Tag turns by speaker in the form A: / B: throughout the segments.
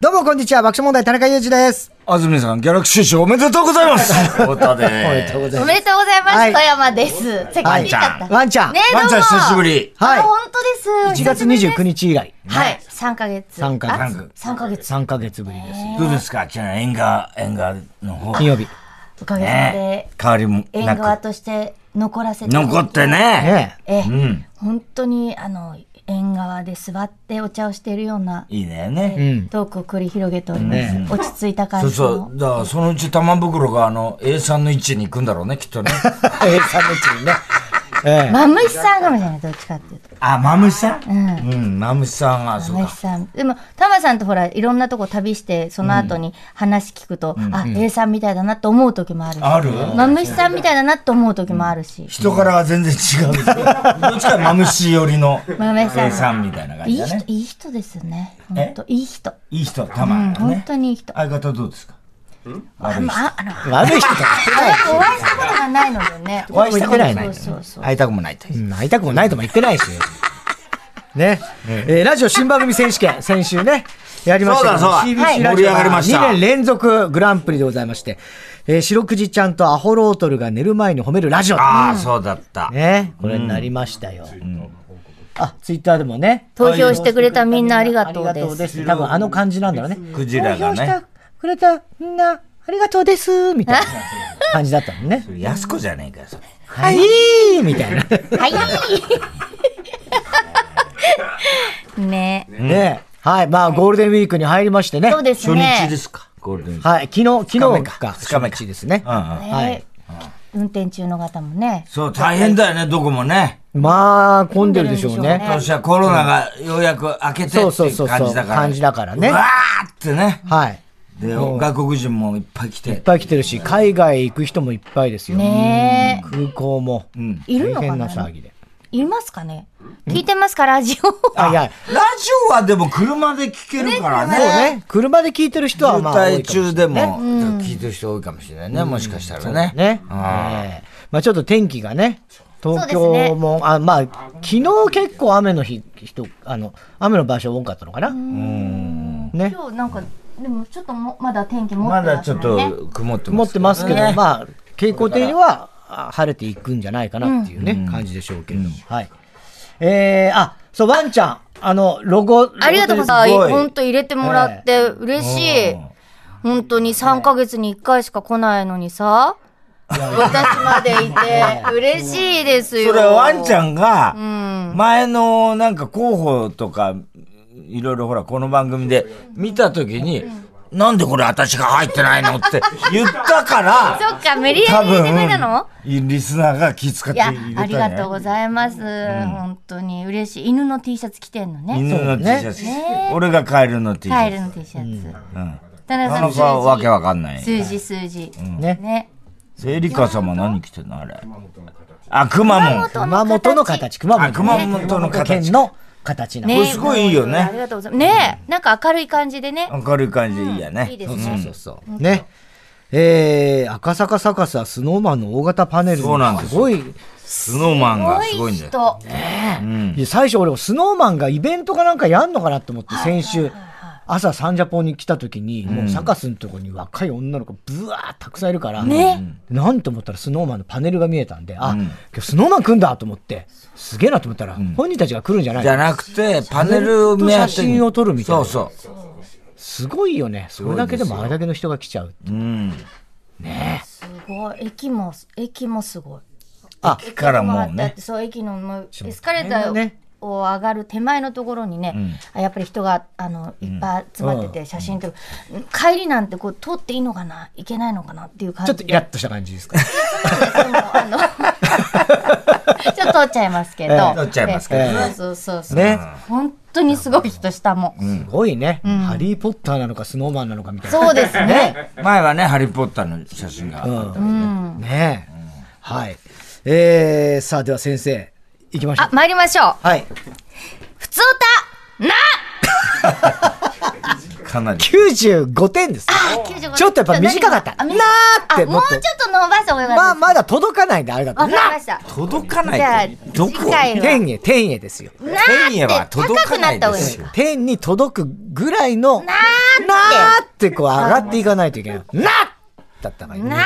A: どうもこんにちは、爆笑問題田中裕二です。
B: 安住さん、ギャラクシー賞おめでとうございます。
C: 太田で
A: おめでとうございます。
D: おめでとうございます。
A: はい
D: 富山です。さっき
A: はい
D: 聞いちゃった。
A: ワンちゃん
D: ねえ、ど
B: ワ
D: う
B: ン
D: も。
B: ちゃん久しぶり。
D: あ。
A: は
D: 本当で
A: い。
D: す。
A: 1月29
D: 日。
A: 日以来、
D: はい。3ヶ月。
A: 3ヶ月
D: あ3ヶ月。
A: 3ヶ月ぶりです。
B: どうですかちなみに縁側、縁側の方。
A: 金曜日。
D: おかげさま
B: ね
D: で、
B: 変わりも
D: 縁
B: な
D: 側
B: く。
D: として残らせて。
B: 残って。ね。
A: ね
D: ええ
B: うん。
D: 本当に、あの、縁側で座ってお茶をしているような、
B: いいね
D: え
B: ね。
D: えトークを繰り広げております。落ち着いた
B: そ
D: 感
B: う
D: じの。
B: そう。だから、そのうち玉袋が、あの、A さんの位置に行くんだろうね、きっと ね。
A: え。A さんのうちにね。え
D: マムシさんかもしれない、どっちかっていうと。
B: あ、マムシさ
D: うんん。
B: うん、マムシさんが、そう
D: マ
B: か
D: シ。さん。でも、タマさんとほら、いろんなとこ旅して、その後に話聞くと、あ、A さんみたいだなと思う時もあるし。
B: ある
D: マムシさんみたいだなと思う時もあるし。
B: 人柄は全然 違う。どっちかマムシ寄りの
D: マムシさん
B: A さんみたいな感
D: い
B: じ
D: い
B: だ
D: 人
B: ね、。
D: いい人ですね。本当いい人。
B: いい人、たま
D: 本
B: ね。
D: 当にいい人。あ、
B: 相方どうですか悪い人。
D: あ、あの、
A: え。悪い人とか
D: お会いしたことがないのでね。
B: お会いしたことない
D: そうそうそう。
B: 会いたくもないという。
A: うん会いたくもないとも言ってないし。ね。えーラジオ新番組選手権、先週ね、やりましたけど
B: そうだそうだ
A: CBC ラ
B: 盛
A: ジ
B: り
A: オ
B: 上がりました
A: 2年連続グランプリでございまして、えー、白くじちゃんとアホロートルが寝る前に褒めるラジオ。
B: ああ、そうだった。
A: ね。これになりましたよ。あ、ツイッターでもね。
D: 投票してくれたみんなありがとう
A: ありがと
D: で
A: う
D: す。
A: です。多分あの感じなんだろうね。
B: クジラが
A: 投票し
B: ね
A: て。くれたみんな、ありがとうです、みたいな 感じだったもんね。
B: やすこじゃねえかよ、それ
A: はい、みたい な。
D: はい。ね。
A: ねはい。まあ、ゴールデンウィークに入りましてね。
D: そうです
B: 初日
D: ね
B: で。すか、ゴールデンウィーク。
A: はい。昨日、昨日
B: 二日目
A: か。
B: か二日目か
A: 初日ですね。
B: うんうん。
A: はい。
D: 運転中の方もね。
B: そう、大変だよね、どこもね。
A: まあ、混んでるでしょうね。
B: 今年はコロナがようやく明けてって
A: そうそう
B: い
A: そうう
B: 感
A: そう
B: じだから。
A: 感じだからね
B: うわーってね。
A: はい。
B: で、外国人もいっぱい来
A: い
B: て
A: っ。ぱい来てるし、海外行く人もいっぱいですよ。
D: ね
A: 空港も。
B: うん。
D: いるの
A: 大
D: か
A: 変な
D: な
A: 騒ぎで。
D: いますかね聞いてますかラジオ。
A: あ、いや、
B: ラジオはでも車で聞けるから
A: そう
B: ね。
A: ね。車で聞いてる人は
B: 渋
A: まあ多い
B: 滞
A: かもしれない
B: 中でも聞いてる人多いかもしれないね、もしかしたらね。
A: ね。
B: うん
A: ええまあちょっと天気がね、東
D: そうです
A: 京
D: ね
A: も、あまあ、昨日結構雨の日、人、あの、雨の場所多かったのかな。ね。
D: 今日なんか、でもちょっともまだ天気持っ
B: ま
D: て
B: だ
D: ます
B: ち
D: も
B: ょ
D: ん
B: っ
D: ね。
B: と曇ってます。
A: 持ってますけど、
B: ね
A: まあ、傾向的にはあ晴れていくんじゃないかなっていうね、感じでしょうけれども。はい。えー、あ、そう、ワンちゃん、あの、ロゴ、
D: ありがとうござい
B: す
D: ま
B: ごい
D: す。本当入れてもらって嬉しい。本当に3ヶ月に1回しか来ないのにさ。私までいて、嬉しいですよ。
B: それワンちゃんが、
D: ん
B: 前のなんか候補とか、いろいろほら、この番組で見たときに、なんでこれ私が入ってないのって言ったから、
D: そっか、無理や
B: 多
D: り入れてくれた
B: 分
D: の、
B: リスナーが気遣っ
D: い
B: て
D: や、
B: 入れた
D: あ
B: ん
D: り
B: じゃ
D: が
B: ない
D: とうございます。本当に嬉しい。犬の T シャツ着てんのね。
B: 犬の T シャツ、
D: ね
B: 俺がカエルの T シ
D: カ
B: ャ
D: エ
B: ツ。
D: ルの T シャツ。
B: うん。
D: 田
B: なか
D: 中さん
B: な
D: 数
B: かわけわかんない。
D: 字、数字、数字。
A: ね。
D: ね。
B: エリカ様何着てんのあれ。あ、くまモン。
A: 熊本の形、熊本,、
B: あ熊本の形
A: 県の形なの。
D: ね
B: これすごいいいよね
D: ありがとうございます。ねえ、なんか明るい感じでね。
B: 明るい感じでいいやね。
D: いいです
A: そう
D: ね。
A: そうそう。ね。えー、赤坂サカスはスノーマンの大型パネル
B: そうなんですよ
A: すごい
B: スノーマンがす
D: す
B: ご
D: ご
B: い
D: い
B: んだよ。
D: 人。
A: いや最初俺もスノーマンがイベントかなんかやんのかなと思って先週朝サンジャポに来た時にもうサカスのとこに若い女の子ブワーたくさんいるから、
D: ね
A: なんと思ったらスノーマンのパネルが見えたんであ、今日スノーマン来んだと思ってすげえなと思ったら本人たちが来るんじゃない
B: じゃなくて、パネルを見当てに
A: 写真を撮るみたいな
B: そうそう。
A: すごいよねそれだけでもあれだけの人が来ちゃうって
B: うん。
D: すごい。駅も、駅もすごい。
A: あ
B: 木からもう
D: だっ
B: ね
D: て。そう、駅のもうエスカレーターを上がる手前のところにね、あやっぱり人が、あの、いっぱい集まってて、写真撮る。帰りなんてこう、通っていいのかないけないのかなっていう感
A: ちょ
D: じ
A: っと
D: で。
A: イラッとした感じですか
D: でもあの ちょっと通っちゃいますけど。
A: ええ
B: 通っちゃいますけど
A: ね
D: ええそうそうそうそう。
A: ね
D: 本当にすごい人、下も。
A: すごいね、ハリー・ポッターなのかスノーマンなのかみたいな
D: そうですね。
B: 前はね、ハリー・ポッターの写真が。
D: うん。
A: ねえ、はいえー、さあでは先生行きましょ
D: あ
A: う、
D: 参りましょう。
A: はい
D: 普通歌な
B: かなり。
A: 95点です。
D: 95
A: ちょっとやっぱ短かった。
D: あ
A: な
D: 短
A: ーっ
D: い
A: て
D: あも
A: も
D: う
A: っと
D: ちょっと伸ばせばよかったです。
A: まあ、まだ届かないんであれだと。
D: わか
A: な
D: りました。
B: 届か
D: じゃ
B: な
D: あ、
B: いと。どこ
D: 次回は。
A: 天へ、天へですよ。
D: なーって
B: 天へは届かないですよ
D: 高くなった方がいい
A: 天に届くぐらいの、な
D: な
A: ーってこう上がっていかないといけない。なーだったからね。
D: な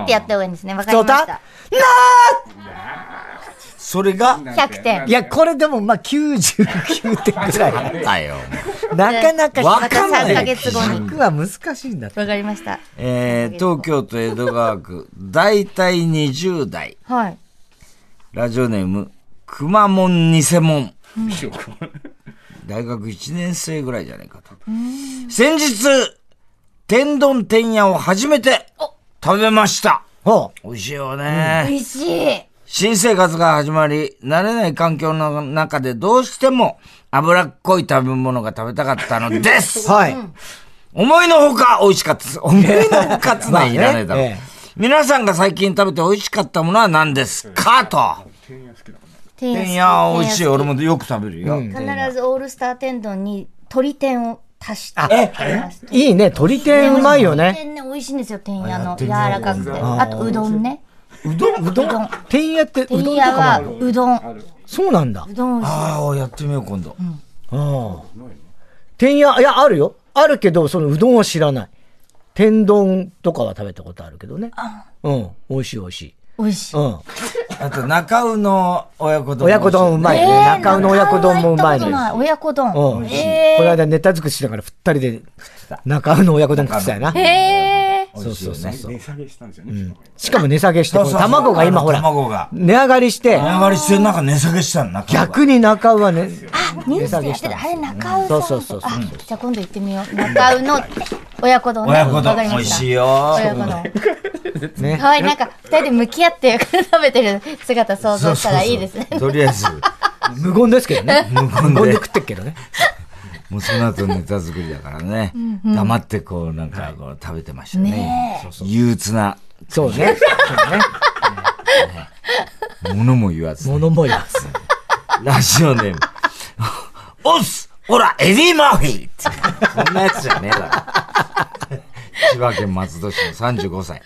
D: ーってやった方がいいんですね。わかり
A: そう
D: ま
A: だな
D: した。
B: それが、
D: 100点
A: ーい。や、これでもまあ99点ぐら い。
B: だよ。
A: なかなか
B: わ
D: また
B: かんない
D: 3ヶ月後に。
A: 100は難しいんだ。
D: わかりました。
B: えー、東京都江戸川区、大体20代、
D: はい。
B: ラジオネーム、くまモン偽モン。大学1年生ぐらいじゃないかと。先日、天丼天屋を初めて食べました。
A: ほ
B: 美味しいよね。
D: 美味しい。
B: 新生活が始まり、慣れない環境の中でどうしても脂っこい食べ物が食べたかったので
A: う。
B: す。
A: はい。
B: 思いのほか美味しかったです。思いのほかつないらねえだろ
A: まあねええ。
B: 皆さんが最近食べて美味しかったものは何ですかと。
D: 天
B: いや、美味しい。
D: 天
B: 俺もよく食べるよ。
D: 屋必ずオールスター天丼に鶏天を足して。足して
A: いいね。鶏天うまいよね。
D: 鶏天ね、美味しいんですよ、天屋の。柔らかくて。あと、うどんね。
A: うどん、うどん。天やってうどん
D: 天
A: と
D: 屋
A: かもあ
D: は
A: る。
D: うどん。
A: そうなんだ
D: う。どん美味しい。
B: ああ、やってみよう、今度。
A: うん。天や、いや、あるよ。あるけど、そのうどんは知らない。天丼とかは食べたことあるけどね。うん。美味しい美味しい。
D: 美味しい。
A: うん。
B: あと、中尾の親子丼。
A: 親子丼うまいね。
D: えー
A: 中尾の親子丼もうまいね。
D: 中尾は行ったことない親子
A: う
D: 丼。
A: ん。
D: え
A: この間ネタ尽くしだから二人で中尾の親子丼食ってたよな
D: ー。。えー。
B: そうそうそう。
C: 値下げしたんですよね。う
A: しかも値下げして、
B: そ
A: こ
B: うそう
A: の
B: そう
A: 卵が今ほら、
B: 卵が。
A: 値上がりして
B: 値、上がりして、なんか値下げしたの、中尾が
A: 逆に中尾はね、
D: ニ
A: 値
D: ュー
A: 下
D: スで
A: げ
D: やっ
A: してたん
D: る。
A: です
D: あれ、
A: よ。
D: 中尾さん。
A: そうそうそうそう
D: あ、じゃあ今度行ってみよう。中尾の親子丼ね。
B: 親子
D: わか
B: 丼
D: り
B: 美
D: ま
B: 味
D: した
B: しいよ。
D: 親子丼。
A: ね
D: かわいい。なんか、二人で向き合って食べてる姿想像したらいいですね。
B: とりあえず、
A: 無言ですけどね。無
B: 言で
A: 言で食ってっけどね。
B: もうその後ネタ作りだからね、黙ってこうなんかこう食べてましたね。憂鬱な
A: そうね。
B: ものも言わずね、
A: 物も言わず。
B: ラジオネーム、オッスオラエディ・マーフィーこんなやつじゃねえだろ。千葉県松戸市の35歳。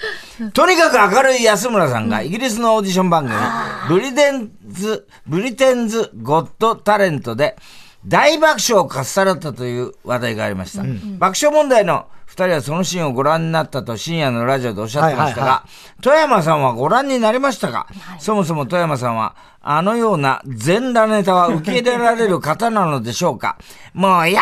B: とにかく明るい安村さんがイギリスのオーディション番組、ブリテンズ、ブリテンズ・ゴッド・タレントで大爆笑をかっさらったという話題がありました。爆笑問題の二人はそのシーンをご覧になったと深夜のラジオでおっしゃってましたが、
A: はいはいは
B: 富山さんはご覧になりましたが、そもそも富山さんは、あのような全裸ネタは受け入れられる方なのでしょうかもうや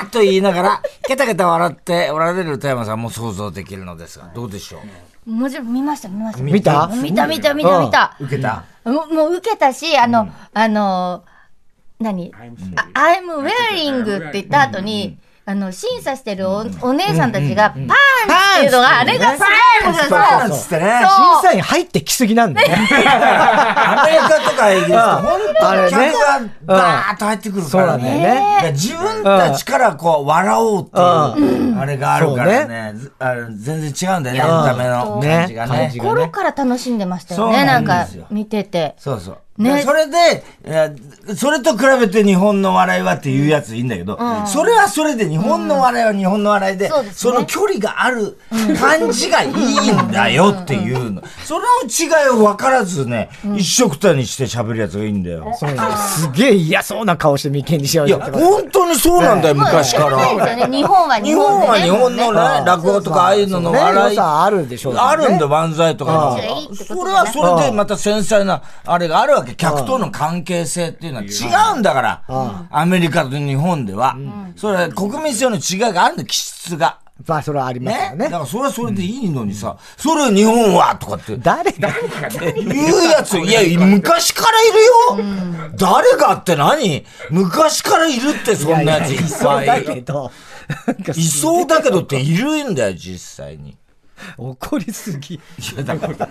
B: だーと言いながら、ケタケタ笑っておられる富山さんも想像できるのですが、どうでしょ
D: もちろん見ました、見ました。
A: 見た
D: 見た、見た、見た、見た
B: う。受けた
D: もうもう受けたし、あの、あの、何あ ?I'm wearing って言った後に、あの、審査してるおお姉さんたちが、パンっていうのが、あれがすごいそう
B: パン
D: そう
B: ツってね、
A: 審査員入ってきすぎなんだよね。
B: アメリカとかイギリスって本
A: あ
B: 当
A: れ
B: に
A: ね
B: 客がダーッと入ってくる
A: そ
B: か
A: うな
B: ら
A: んだよ
B: ね。
A: ね。
B: だから自分たちからこう笑おうっていう、あれがあるからね、ずあれ全然違うんだよね、エンタメの
A: ね
B: 感じが
A: 感
B: ね
A: じ。が
D: 心から楽しんでましたよ
B: そう
D: ね、
B: な
D: なんん
B: で
D: か
B: すよ、
D: 見てて。
B: そうそう。
D: ね
B: ね、それで、えーそれと比べて日本の笑いはっていうやついいんだけど、それはそれで日本の笑いは日本の笑いで、
D: そうですね
B: その距離がある感じがいいんだよっていうの。その違いを分からずね、一緒くたにして喋るやつがいいんだよ。
A: そうなんだすげえ嫌そうな顔して眉間にしわ
B: い
A: 寄
B: や、
A: せてます。
B: 本当にそうなんだよ、昔か
D: そうで
B: ら。
D: すよね、日本は
B: 日
D: 日本
B: 本
D: でね。
B: は日本のね
A: ね、
B: 落語とかああいうのの
A: ね
B: 笑
A: 良
B: い。
A: さあるでしょうけどね
B: あるんだよ、漫才とか
D: うんいいってことじゃない
B: それはそれでまた繊細な、あれがあるわけ。客との関係性っていうのは違うんだから。アメリカと日本では。それは国民性の違いがあるんだよ、気質が。
A: まあ、それはあります
B: ね
A: よ。
B: だ
A: ね
B: か。らそれはそれでいいのにさ、それを日本はとかって。
A: 誰が
B: 言うやつ、いや、昔からいるよ誰がって何昔からいるって、そんなやつい
A: い
B: っ
A: そう
B: ぱ
A: だ
B: い。
A: けど、なんか
B: いそうだけどっているんだよ、実際に。
A: 怒りすぎ。
B: いや、だから、怒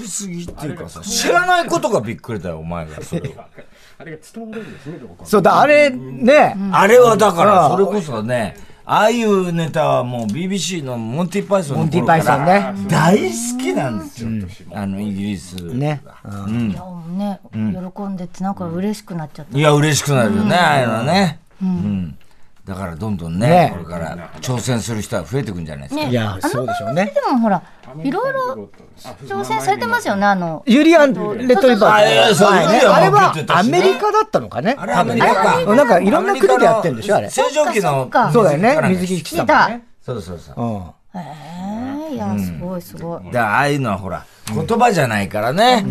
B: りすぎっていうかさ、知らないことがびっくりだよ、お前が、それは。
C: あれが伝わるんですね、でもこ
A: そうだ、あれ、ね。
B: あれはだか
A: あ
B: ら、
A: あ
B: それこそね、ああいうネタはもう BBC のモンティ・パイソン
A: モ
B: の
A: ンティ
B: 頃
A: パ
B: か
A: イソン
B: ら
A: ね。
B: 大好きなんですよ、あのイギリス。
A: ね。うん
D: いやもうね、喜んでてなんか嬉しくなっちゃった。
B: いや、嬉しくなるよね、ああいうのね。うんだからどんどんね、
A: ね
B: これから挑戦する人は増えてくんじゃないですか。
D: ね
A: いや
D: あの
A: そうでしょうね
D: 番組でもほらいろいろ挑戦されてますよねあの
A: ユリアン・レトリバ
B: あいや
A: ー
B: そう
A: はいね
B: ユリアンも
A: あれは
B: 出てた
A: ア
B: しね
A: メリカだったのかね。
B: あれアメリカ
A: 多
B: か。
A: 分なんかいろんな国でやってんでしょ、あれ。そ
B: 正常期
D: そ
B: の
D: っか
A: うだよね、水着
B: 着
A: 着てたもんね。
B: そうそうそう。
A: うん。
D: えーいやすごいすごい
B: だからああいうのはほら、言葉じゃないからね、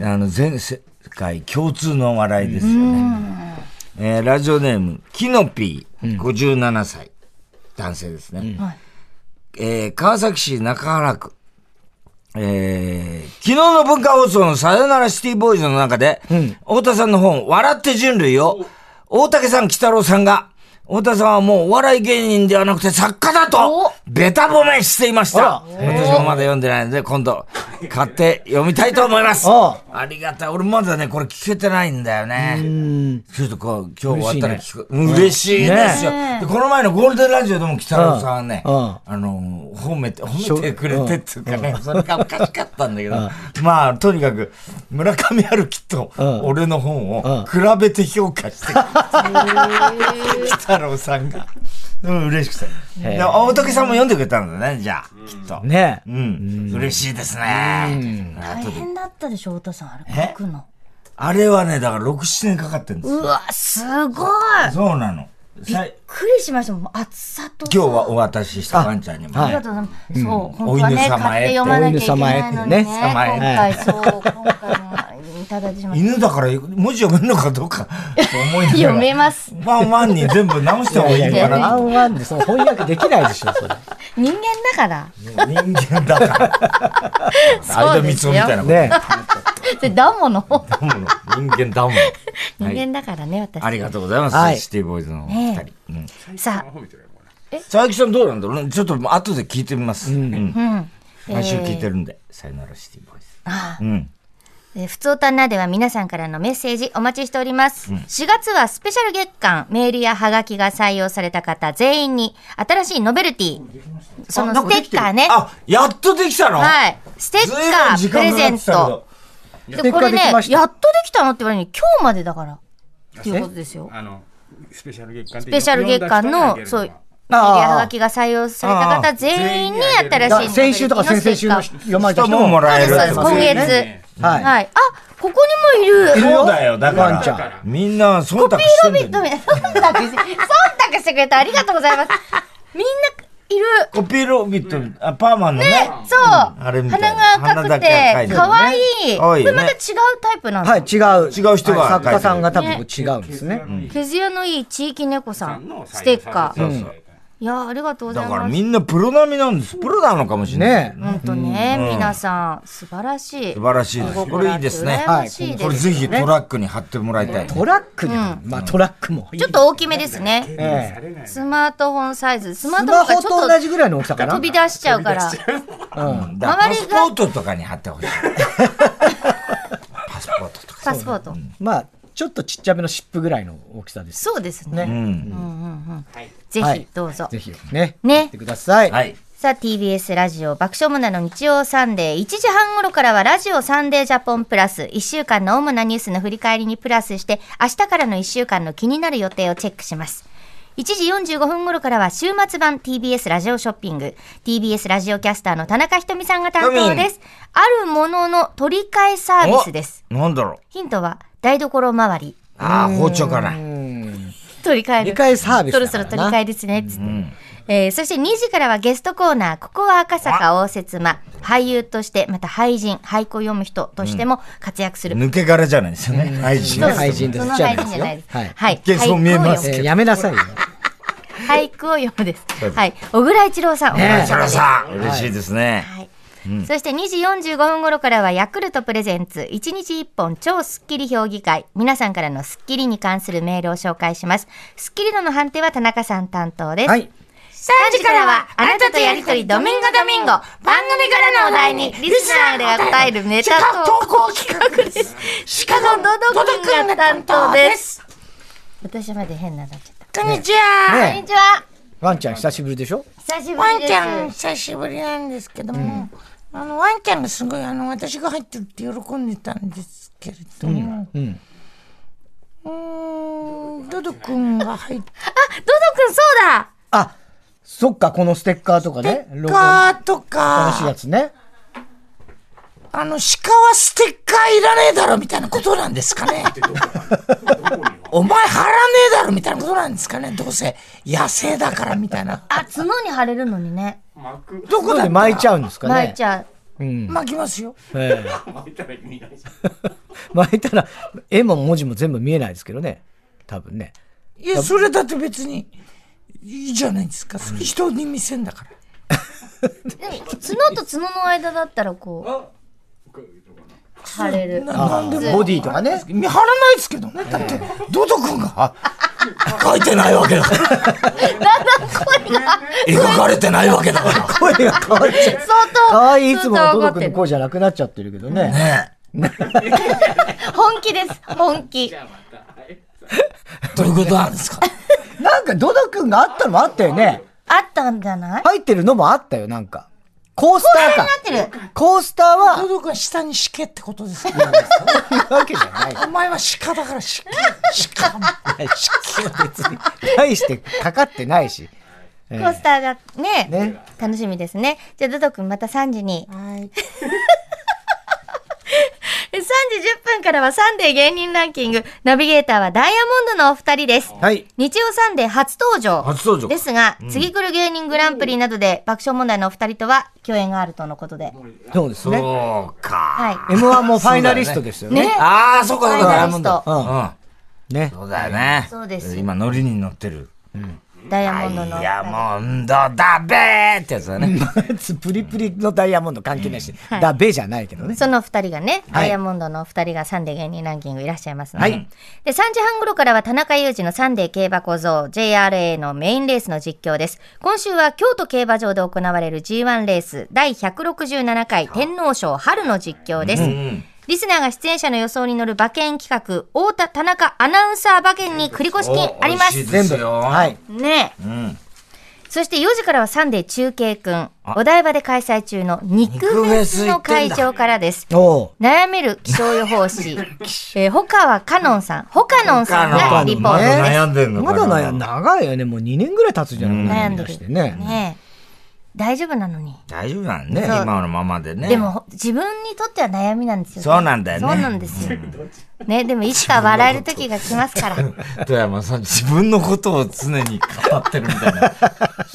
B: あの全世界共通の笑いですよね。えーラジオネーム、キノピー、57歳、男性ですね。
D: はい
B: えー川崎市中原区。えー昨日の文化放送のさよならシティボーイズの中で、太田さんの本、笑って人類を、大竹さん、北郎さんが、太田さんはもうお笑い芸人ではなくて作家だと、べた褒めしていました。私もまだ読んでないので、今度、買って読みたいと思います。
A: おう
B: ありがたい。俺まだね、これ聞けてないんだよね。ちょっとこう、今日終わったら聞く。嬉しいですよ、
D: ね
B: でこの前のゴールデンラジオでも北郎さんはね、
A: うんうん
B: あの、褒めて、褒めてくれてっていうかね、それがおかしかったんだけど、まあ、とにかく、村上春樹と
A: ん
B: 俺の本
A: うん
B: を比べて評価して、北郎さんが、うん、嬉しくて。
A: へえ
B: で、大竹さんも読んでくれたんだね、じゃあ、きっと。
A: ね
B: うん、嬉しいですね。
D: 大
B: あとで
D: 変だったでしょ太田さんあれ書くの
B: あれはね、だから6、7年かかってるんです
D: う
B: よ。
D: わすごい
B: そうなの。
D: び
B: さ
D: っ
B: い
D: くりしましたもう暑さとさ
B: 今日はお渡ししたワンちゃんにもね
A: あ
D: ありがとうございます。そう、本当はね、
B: お犬様
D: 買
B: へ
D: って読まなきゃいけないのにね。
A: お犬
D: 今
B: 様へね
D: 回、そう、今回もいただいてしまった。
B: 犬だから文字読めるのかどうかと思いながら。
D: 読めます。
B: ワンワンに全部直した方がいい
A: い
B: か
A: や、
D: いやい
A: ワ
B: な。
A: ンワンでその翻訳できないでしょ、それ。
D: 人間だから。
B: 人間だから。相
D: そう
B: 田
D: で
B: み
D: す
B: つ
D: よ
B: みたいなこと。
A: ね
D: で、ダモの
B: だもの人間だもの。
D: 人間だからね、私。
B: ありがとうございます。
A: はい
B: シティボーイズのお二人
D: ね。
B: うん
D: さあ、
B: 佐伯さんどうなんだろうねちょっと後で聞いてみます。うん
D: うん。
B: 毎週聞いてるんで。さよならシティボーイズ。うん。
D: えーふつおたなでは皆さんからのメッセージお待ちしております。4月はスペシャル月間、メールやハガキが採用された方全員に新しいノベルティ、そのステッカーね。
B: あ、やっとできたの
D: はい。ステッ
B: ずいぶん
D: カ
B: 時
D: ープレ
B: 間かか
D: ゼン
B: ってたけど
D: ト。
A: ステッ
D: で
A: カー
D: これ
A: でき
D: ね
A: まし、た
D: やっとできたのって言われるのに、今日までだから。っていうことですよ。
C: あのスペシャル月間ス
D: スペシャル月間の、そう、メディアハガキが採用された
B: ああ
D: 方全員に新
A: だか
D: しい
A: ら先週とか先々週の
D: そう
A: 読まれた
B: 人
A: 人
B: ももらえ
D: で
B: る
D: す、そうで
B: って
D: す
B: こと
D: 今
B: ね
D: 月。
A: はい。
D: はい。あ、ここにもいる。
A: るよ
B: そうだよ、だか
A: ワンちゃん
B: ら。みんな忖度してんだよ
D: ダメだ。忖度し、忖度してくれてありがとうございます。みんないる。
B: コピーロビット、あパーマンのね。
D: そう。
B: あれみたいな
D: 鼻が赤く
B: 鼻だ
D: て
B: け、赤いのね
D: 可愛い。
B: 可
D: こ
B: 愛いよ
D: れ
B: ね
D: また違うタイプなん
A: はい、
D: だ。
A: 違う。
B: 違う人が
A: はい作家さんが多分違うんですね。
D: 毛艶のいい地域猫さん、ステッカー。いや、ありがとうござ
B: だ
D: い
B: から
D: ます
B: み。んなプロ並みなんです。プロなのかもしれない。
A: ね
D: 本当ね、皆さん素晴らしい。
B: 素晴らしいです。これいいですね。
D: 羨ましい
B: これ
D: です
B: ぜひトラックに貼ってもらいたい。
A: トラックで、まあトラックも。
D: ちょっと大きめですね。
A: ええ
D: スマートフォンサイズ。スマー
A: ス
D: トフォ
A: マ
D: ンが
A: ホ
D: ちょ
A: と
D: っと
A: 同じぐらいの大きさかな
D: 飛。び出しちゃうから。
B: うんだからパ
D: 周り
B: ス
D: が
B: ポートとかに貼ってほしい。パスポートとか。
D: パスポート。
A: まあ、ちょっとちっちゃめの湿布ぐらいの大きさです。
D: そうですね。
B: う
A: ね。
B: ん。
D: ぜ
A: は
D: ひ
A: い
D: どうぞ。
A: ぜひね。
D: ね
A: やってください。
B: はい。
D: さあ TBS ラジオ爆笑問題の日曜サンデー1時半頃からはラジオサンデージャポンプラス1週間の主なニュースの振り返りにプラスして明日からの1週間の気になる予定をチェックします1時45分頃からは週末版 TBS ラジオショッピング TBS ラジオキャスターの田中ひとみさんが担当ですあるものの取り替えサービスです
B: お。なんだろう。
D: ヒントは台所周り
B: ああ、包丁かな。
D: 取り替える
A: 理解サービス
D: そろ
A: だ
D: そ
A: から
D: ろ
A: な。
D: 取り替えですね、つって。えーそして2時からはゲストコーナー、ここは赤坂応接間。俳優として、また俳人、俳句を読む人としても活躍する。
B: 抜け殻じゃないですよね。配信
D: そう
A: ね俳人です
D: その俳人じゃないです。
A: じゃないですよ
D: はい。
B: 一見そう見えま
A: え
B: す
A: ーやめなさいよ。
D: 俳句を読むです。はい。小倉一郎さん。
A: ね
B: そらさ、嬉しいですね。
D: はい。そして2時45分頃からはヤクルトプレゼンツ1日1本超スッキリ評議会皆さんからのスッキリに関するメールを紹介しますスッキリ度の判定は田中さん担当です、
A: はい。
D: 3時からは、あなたとやりとりドミンゴドミンゴ、番組からのお題に、リスナーが答えるネタ投稿企画です。シカのドド君が担当です。私まで変なのになっちゃった。
E: こんにちは。
D: こんに
A: ね
D: ちは。
A: ワンちゃん久しぶりでしょ
D: 久しぶ
E: ワ
D: り
E: ン
D: で
E: ち
D: す。
E: ゃん、久しぶりなんですけども、あの、ワンちゃんがすごい、あの、私が入ってるって喜んでたんですけれども、うーん、ドド君が入っ
D: ドくんそうだ
A: あ、そっか、このステッカーとかね。
E: ステッカーと
A: 楽しいや
E: か、
A: つね。
E: あの、鹿はステッカーいらねえだろみたいなことなんですかね。お前貼らねえだろみたいなことなんですかね。どうせ、野生だからみたいな。
D: あ、角に貼れるのにね。
A: どこで巻いちゃうんですかね。
D: 泣いちゃう。
E: 巻きますよ。
A: ええ巻いたら絵も文字も全部見えないですけどね。多分ね。
E: いや、それだって別に、いいじゃないですか。人に見せんだから。
D: でも角と角の間だったらこう、貼れる。
E: ななんでも。
A: ボディとかね。
E: 見張らないですけどね。だって、ドド君が、書いてないわけ だから。描かれてないわけだから。
A: 声 が変わっちゃう。
D: 相当、
A: かわいいいつものド
D: 相当怒
A: ド
D: って
A: 君の
D: る。
A: 声じゃなくなっちゃってるけどね。
E: ねえ。
D: 本気です。本気。
E: どういうことなんですか
A: なんかドド君があったのもあったよね。
D: あったんじゃない
A: 入ってるのもあったよ、なんか。コースターか。
D: 入ってる。
A: コースターは、
E: ドド君は下に敷けってことですね。
A: そういうわけじゃない。
E: お前は鹿だから 敷け。鹿。
A: 別に。大してかかってないし。
D: コースターがね、
A: ね
D: 楽しみですね。じゃあ、ドド君また3時に。
E: はい。
D: 3時10分からはサンデー芸人ランキング。ナビゲーターはダイヤモンドのお二人です。
A: はい。
D: 日曜サンデー初登場。
B: 初登場
D: ですが、次来る芸人グランプリなどで爆笑問題のお二人とは共演があるとのことで。
A: そうですね。
B: そうか。
D: はい。
A: M1 もファイナリストですよね。
D: ね
B: ああ、そうか、そう
D: ファイ
B: か、
D: ナリスト
B: ダイヤモンドうん。
A: ね。
B: そうだよね。
D: そうです
B: 今、ノリに乗ってる。
D: ダイヤ
B: ダ
D: モンドの。
B: イヤモンドだべーってやつだね。
A: プリプリのダイヤモンド関係ないし、だべじゃないけどね。
D: その二人がね、
A: はい
D: ダイヤモンドのお二人がサンデー芸人ランキングいらっしゃいますので。
A: はい
D: で、3時半頃からは田中裕二のサンデー競馬小僧 JRA のメインレースの実況です。今週は京都競馬場で行われる G1 レース第167回天皇賞春の実況です。リスナーが出演者の予想に乗る馬券企画、太田田中アナウンサー馬券に繰越金ありま
B: お美味し
D: す
B: い。で
A: 全
B: す
A: 部。
B: よ。
A: はい。
D: ねえ。そして4時からはサンデー中継くん、お台場で開催中の肉フェスの会場からです。
A: おう
D: 悩める気象予報 士、えー、ほかはかのんさん、ほかのんさんがリポ
B: まだ
D: ートです。
B: 悩んでんの
A: ま
B: かな
A: だ悩ん長いよね。もう2年ぐらい経つじゃない
D: 悩んで
A: 出
D: る
A: してね。
D: ねえ大丈夫なのに。
B: 大丈夫なんね、
D: そう
B: 今のままでね。
D: でも、ほ自分にとっては悩みなんですよ。
B: そうなんだよね
D: そうなんですよ。ね、でもいつか笑える時が来ますから。
B: 富山さん、自分のことを常に語ってるみたいな。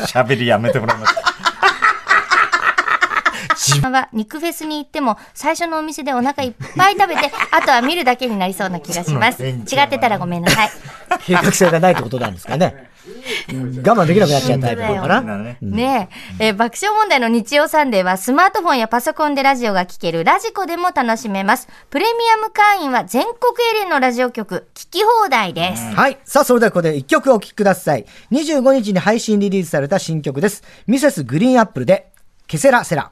B: 喋りやめてもらいます。
D: は肉フェスに行っても最初のお店でお腹いっぱい食べてあとは見るだけになりそうな気がします違ってたらごめんなさい
A: 計画性がないってことなんですかね。うん我慢できなくなっちゃうタイプなのかな。
B: ね。
D: ねええー爆笑問題の日曜サンデーはスマートフォンやパソコンでラジオが聴けるラジコでも楽しめますプレミアム会員は全国エリアのラジオ局聞き放題です
A: はい。さあ、それではここで1曲お聴きください。25日に配信リリースされた新曲です。ミセスグリーンアップルで、ケセラセラ。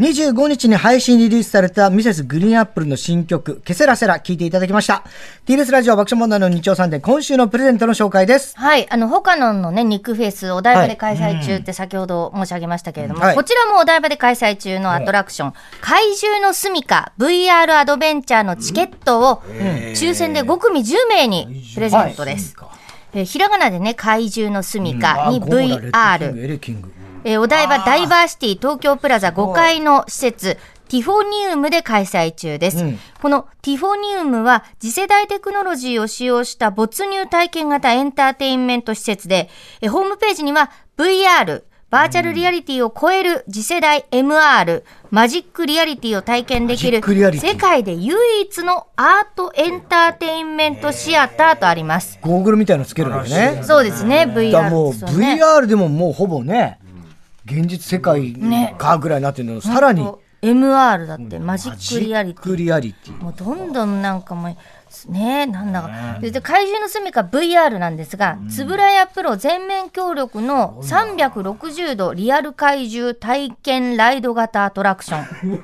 A: 25日に配信リリースされたミセスグリーンアップルの新曲、ケセラセラ聴いていただきました。TBS ラジオ爆笑問題の日曜さんで今週のプレゼントの紹介です。
D: はい。あの、他ののね、肉フェス、お台場
A: は
D: で
A: い
D: 開催中って先ほど申し上げましたけれども、
A: はい
D: こちらもお台場で開催中のアトラクション、怪獣の住みか VR アドベンチャーのチケットを、抽選で5組10名にプレゼントです。えーひらがなでね、怪獣の住みかに VR、
A: エレキング。
D: えーお台場ダイバーシティ東京プラザ5階の施設、ティフォニウムで開催中です、このティフォニウムは次世代テクノロジーを使用した没入体験型エンターテインメント施設で、えーホームページには VR、バーチャルリアリティを超える次世代 MR、マジックリアリティを体験でき
A: マジッ
D: る
A: クリアリティ
D: 世界で唯一のアートエンターテインメントシアターとあります。
A: ゴーグルみたいのつけるわけね。
D: そうですね、
A: だから
D: VR
A: もう
D: ですよね。
A: VR でももうほぼね、現実世界かぐらいになってるの、さらに、
D: MR だってマジックリアリティ
A: クリアリティ。
D: もうどんどんなんかもうねなんだか、で怪獣の住みか VR なんですが円谷プロ全面協力の360度リアル怪獣体験ライド型アトラクシ ョン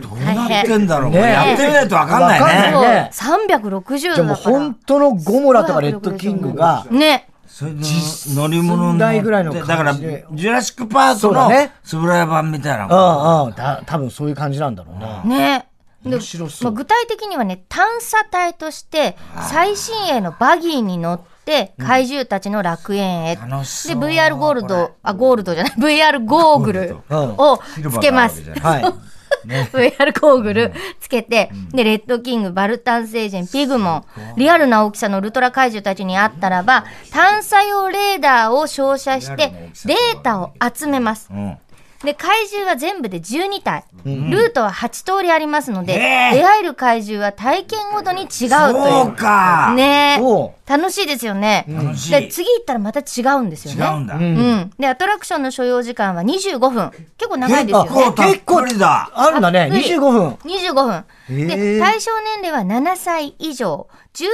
B: どうなってんだろう、これ
A: ね
B: やってみないとわかんない
A: わかんな
B: ね
A: い。ね
D: そう360
A: じゃあ
D: 度
A: もう
D: だから
A: 本当のゴモラとかレッドキングが、
D: ね
B: それの乗り物の。
A: 台ぐらいの感
B: だ
A: じ
B: から、ジ
A: で
B: ュラシックパーク
A: そうだ
B: の
A: ね
B: つぶらや版みたいな。
A: うんうん。た多分そういう感じなんだろうな。
D: ねで
A: 面白そう
D: まあ具体的にはね探査隊として最新鋭のバギーに乗って怪獣たちの楽園へ、
B: 楽し
D: で
B: そう
D: VR ゴールドあゴールドじゃない VR ゴーグルをつけます
B: シルバーがあるわけじゃない
A: はい。
D: VR ゴーグルつけて、で、レッドキング、バルタン星人、ピグモン、リアルな大きさのウルトラ怪獣たちに会ったらば、探査用レーダーを照射し
B: リア
D: て
B: ルな大き、さ
D: データを集めます。
B: うん。
D: で、怪獣は全部で12体。ルートは8通りありますので、
B: ねえ
D: 出会える怪獣は体験ごとに違うという。
B: そうか。
D: ねえ
A: おう
D: 楽しいですよね。
B: 楽しい
D: で、次行ったらまた違うんですよ
B: 違
D: ね。
B: うんだ。
D: うん。で、アトラクションの所要時間は25分。結構長いですよね。
B: 結構たっぷりだ。
A: あるんだね。
D: たっぷり
A: 25分。
D: 25分。
A: へ
D: で、
A: ー
D: 対象年齢は7歳以上、13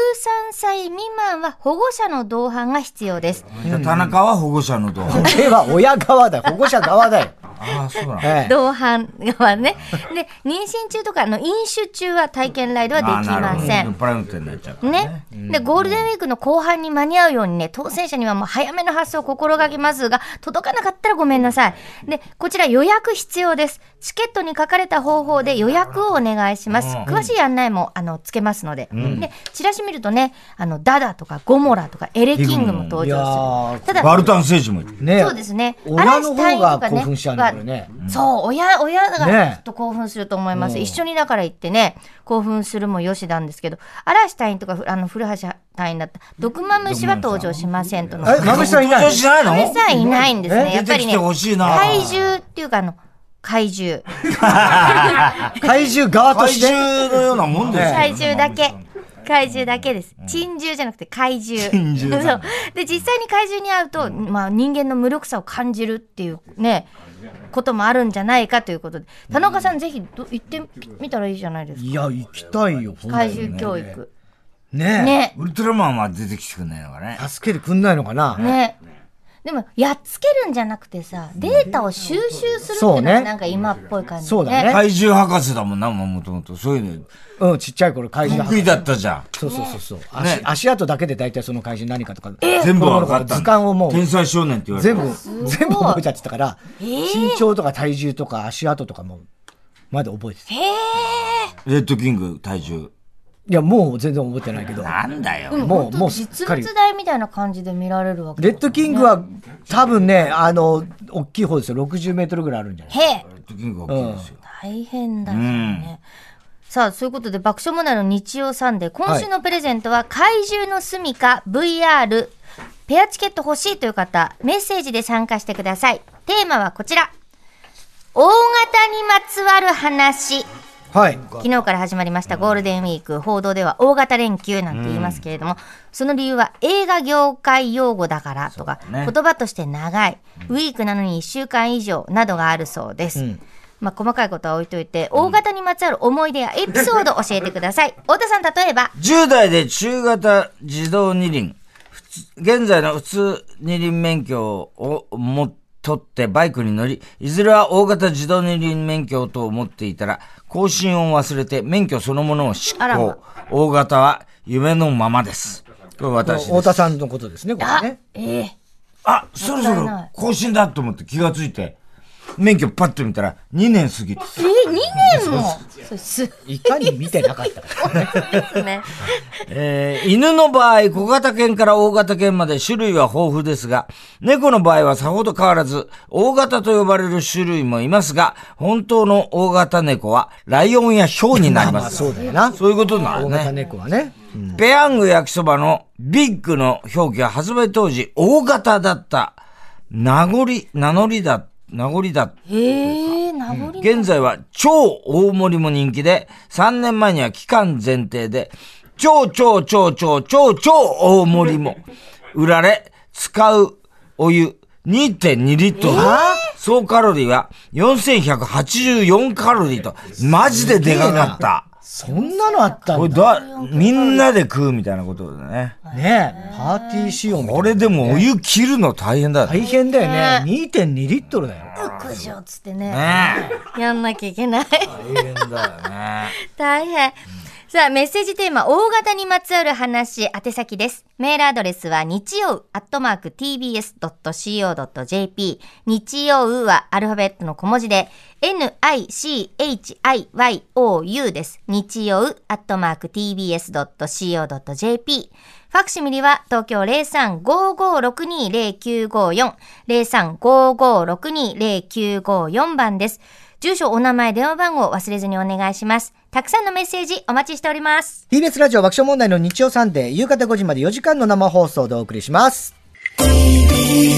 D: 歳未満は保護者の同伴が必要です。
B: じゃあ田中は保護者のと。
A: これは親側だよ。保護者側だよ。
B: ああ、そうなんだ。
A: ええ。
D: 同伴はね。で、妊娠中とかあの飲酒中は体験ライドはでき
B: ああなるほ
D: ま
B: ど
D: せ
B: 酔っ
D: ん。
B: 払い運転になっちゃうから
D: ね。で、ゴールデンウィークの後半に間に合うようにね、当選者にはもう早めの発送を心がけますが、届かなかったらごめんなさい。で、こちら予約必要です。チケットに書かれた方法で予約をお願いします。詳しい案内も、あの、つけますので。で、チラシ見るとね、あの、ダダとかゴモラとかエレキングも登
A: いや
D: 場
A: ー
D: する。ただ、
B: バルタン星人もいる。
A: ね
D: そうですね。
A: 親の方が
D: 嵐隊員とか
A: 興奮しちゃうんだよこれね。
D: がそう、親、親が
A: ね
D: ちょっと興奮すると思います。一緒にだから行ってね、興奮するもよしなんですけど、嵐隊員とか、ふあの、古橋隊員だった、毒マムシは登場しませんとの。
A: え、まぶしさんいない
B: 登場しない
D: マム
B: の
D: シはいないんですね。やっ
B: 出
D: ぱ
B: て
D: り
B: き
D: ね
B: て、ほしいな。
D: 怪獣っていうか、あの、怪獣。
A: 怪獣側と
B: 怪
A: して。
B: 獣のようなもんですよ。
D: 怪獣だけ。怪獣だけです。珍獣じゃなくて怪獣。
B: 珍獣
D: そ
B: だ
D: う。で、実際に怪獣に会うと、まあ人間の無力さを感じるっていうね、こともあるんじゃないかということで。田中さん、ぜひど行ってみたらいいじゃないですか。
A: いや、行きたいよ、
D: 怪獣教育。
A: ね
D: ね。
B: ウルトラマンは出てきてくんないのかね
A: え。。助けてくんないのかな。
D: ね。でも、やっつけるんじゃなくてさ、データを収集するっていう
A: そう
D: のが
A: ね
D: なんか今っぽい感じ。
A: そうだね
B: 怪獣博士だもんな、もともと。そういうの、
A: うん、ちっちゃい頃怪獣
B: 得意だったじゃん。
A: そうそうそうそう。
B: ね
A: 足足跡だけで大体その怪獣何かとか。
B: 全部分かったんだ。
A: 図鑑をもう
B: 天才少年って言われ
A: 全
B: て
A: 部、全部覚えちゃってたから、身長とか体重とか足跡とかも、まで覚えてた。い
B: レッドキング体重。
A: や、もう全然覚えてないけど、
B: なんだよ。
A: もう、もうすっ
D: 実
A: かり
D: 物。大みたいな感じで見られるわけ。
A: レッドキングは、多分ね、あの、大きい方ですよ。60メートルぐらいあるんじゃない
D: へ
B: レ
D: え
B: ッドキングが大きいですよ。
D: 大変だよね。さあ、そういうことで、爆笑問題の日曜サンデー、今週のプレゼントは、怪獣の住みか VR、ペアチケット欲しいという方、メッセージで参加してください。テーマはこちら。大型にまつわる話。
A: はい。
D: 昨日から始まりましたゴールデンウィーク、報道では大型連休なんて言いますけれども、その理由は映画業界用語だからとか、
B: ね
D: 言葉として長い、ウィークなのに1週間以上などがあるそうです。まあ、細かいことは置いといて、大型にまつわる思い出やエピソードを教えてくださ い。太田さん、例えば、
B: 10代で中型自動二輪、普通現在の普通二輪免許をも取ってバイクに乗り、いずれは大型自動二輪免許と思っていたら、更新を忘れて免許そのものを執
D: あらま
B: 行。大型は夢のままです。これ私で
A: 太
B: す。
A: 田さんのことですね、これね。
D: ええ
B: あ、そろそ
D: もったい
B: ろ
D: ない
B: 更新だと思って気がついて、免許パッと見たら2年過ぎて。
D: え2年もそうす
A: いかに見てなかったか。
D: ですね。
B: えー犬の場合、小型犬から大型犬まで種類は豊富ですが、猫の場合はさほど変わらず、大型と呼ばれる種類もいますが、本当の大型猫はライオンやヒョウになりま
A: あ
B: す。
A: そうだよな。
B: そういうことにな
A: 大
B: る
A: 型
B: ね。
A: 猫はね。
B: ペヤング焼きそばのビッグの表記は発売当時、大型だった、名残、名乗りだ、名残だった
D: ええ名残の
B: 現在は超大盛りも人気で、3年前には期間限定で、超超超超超超大盛りも売られ、使うお湯2.2リットル。総カロリーは4184カロリーと、マジででかかった。
A: そんなのあった
B: こ
A: ん
B: れ
A: だ。
B: だ、みんなで食うみたいなことだね。
A: ねえ、パーティー仕様みたいな
B: これでもお湯切るの大変だね。
A: 大変だよね。2.2リットルだよ。
D: 駆除っつってね、
B: ね
D: やんなきゃいけない。
B: え大変だよね。
D: 大変。さあ、メッセージテーマ、大型にまつわる話、宛先です。メールアドレスは、日曜、アットマーク、tbs.co.jp。日曜は、アルファベットの小文字で、nichiyou です。日曜、アットマーク、tbs.co.jp。ファクシミリは、東京03-5562-0954、03-5562-0954番です。住所、お名前、電話番号を忘れずにお願いします。たくさんのメッセージお待ちしております。
A: TBS ラジオ爆笑問題の日曜サンデー、夕方5時まで4時間の生放送でお送りします。
F: TBS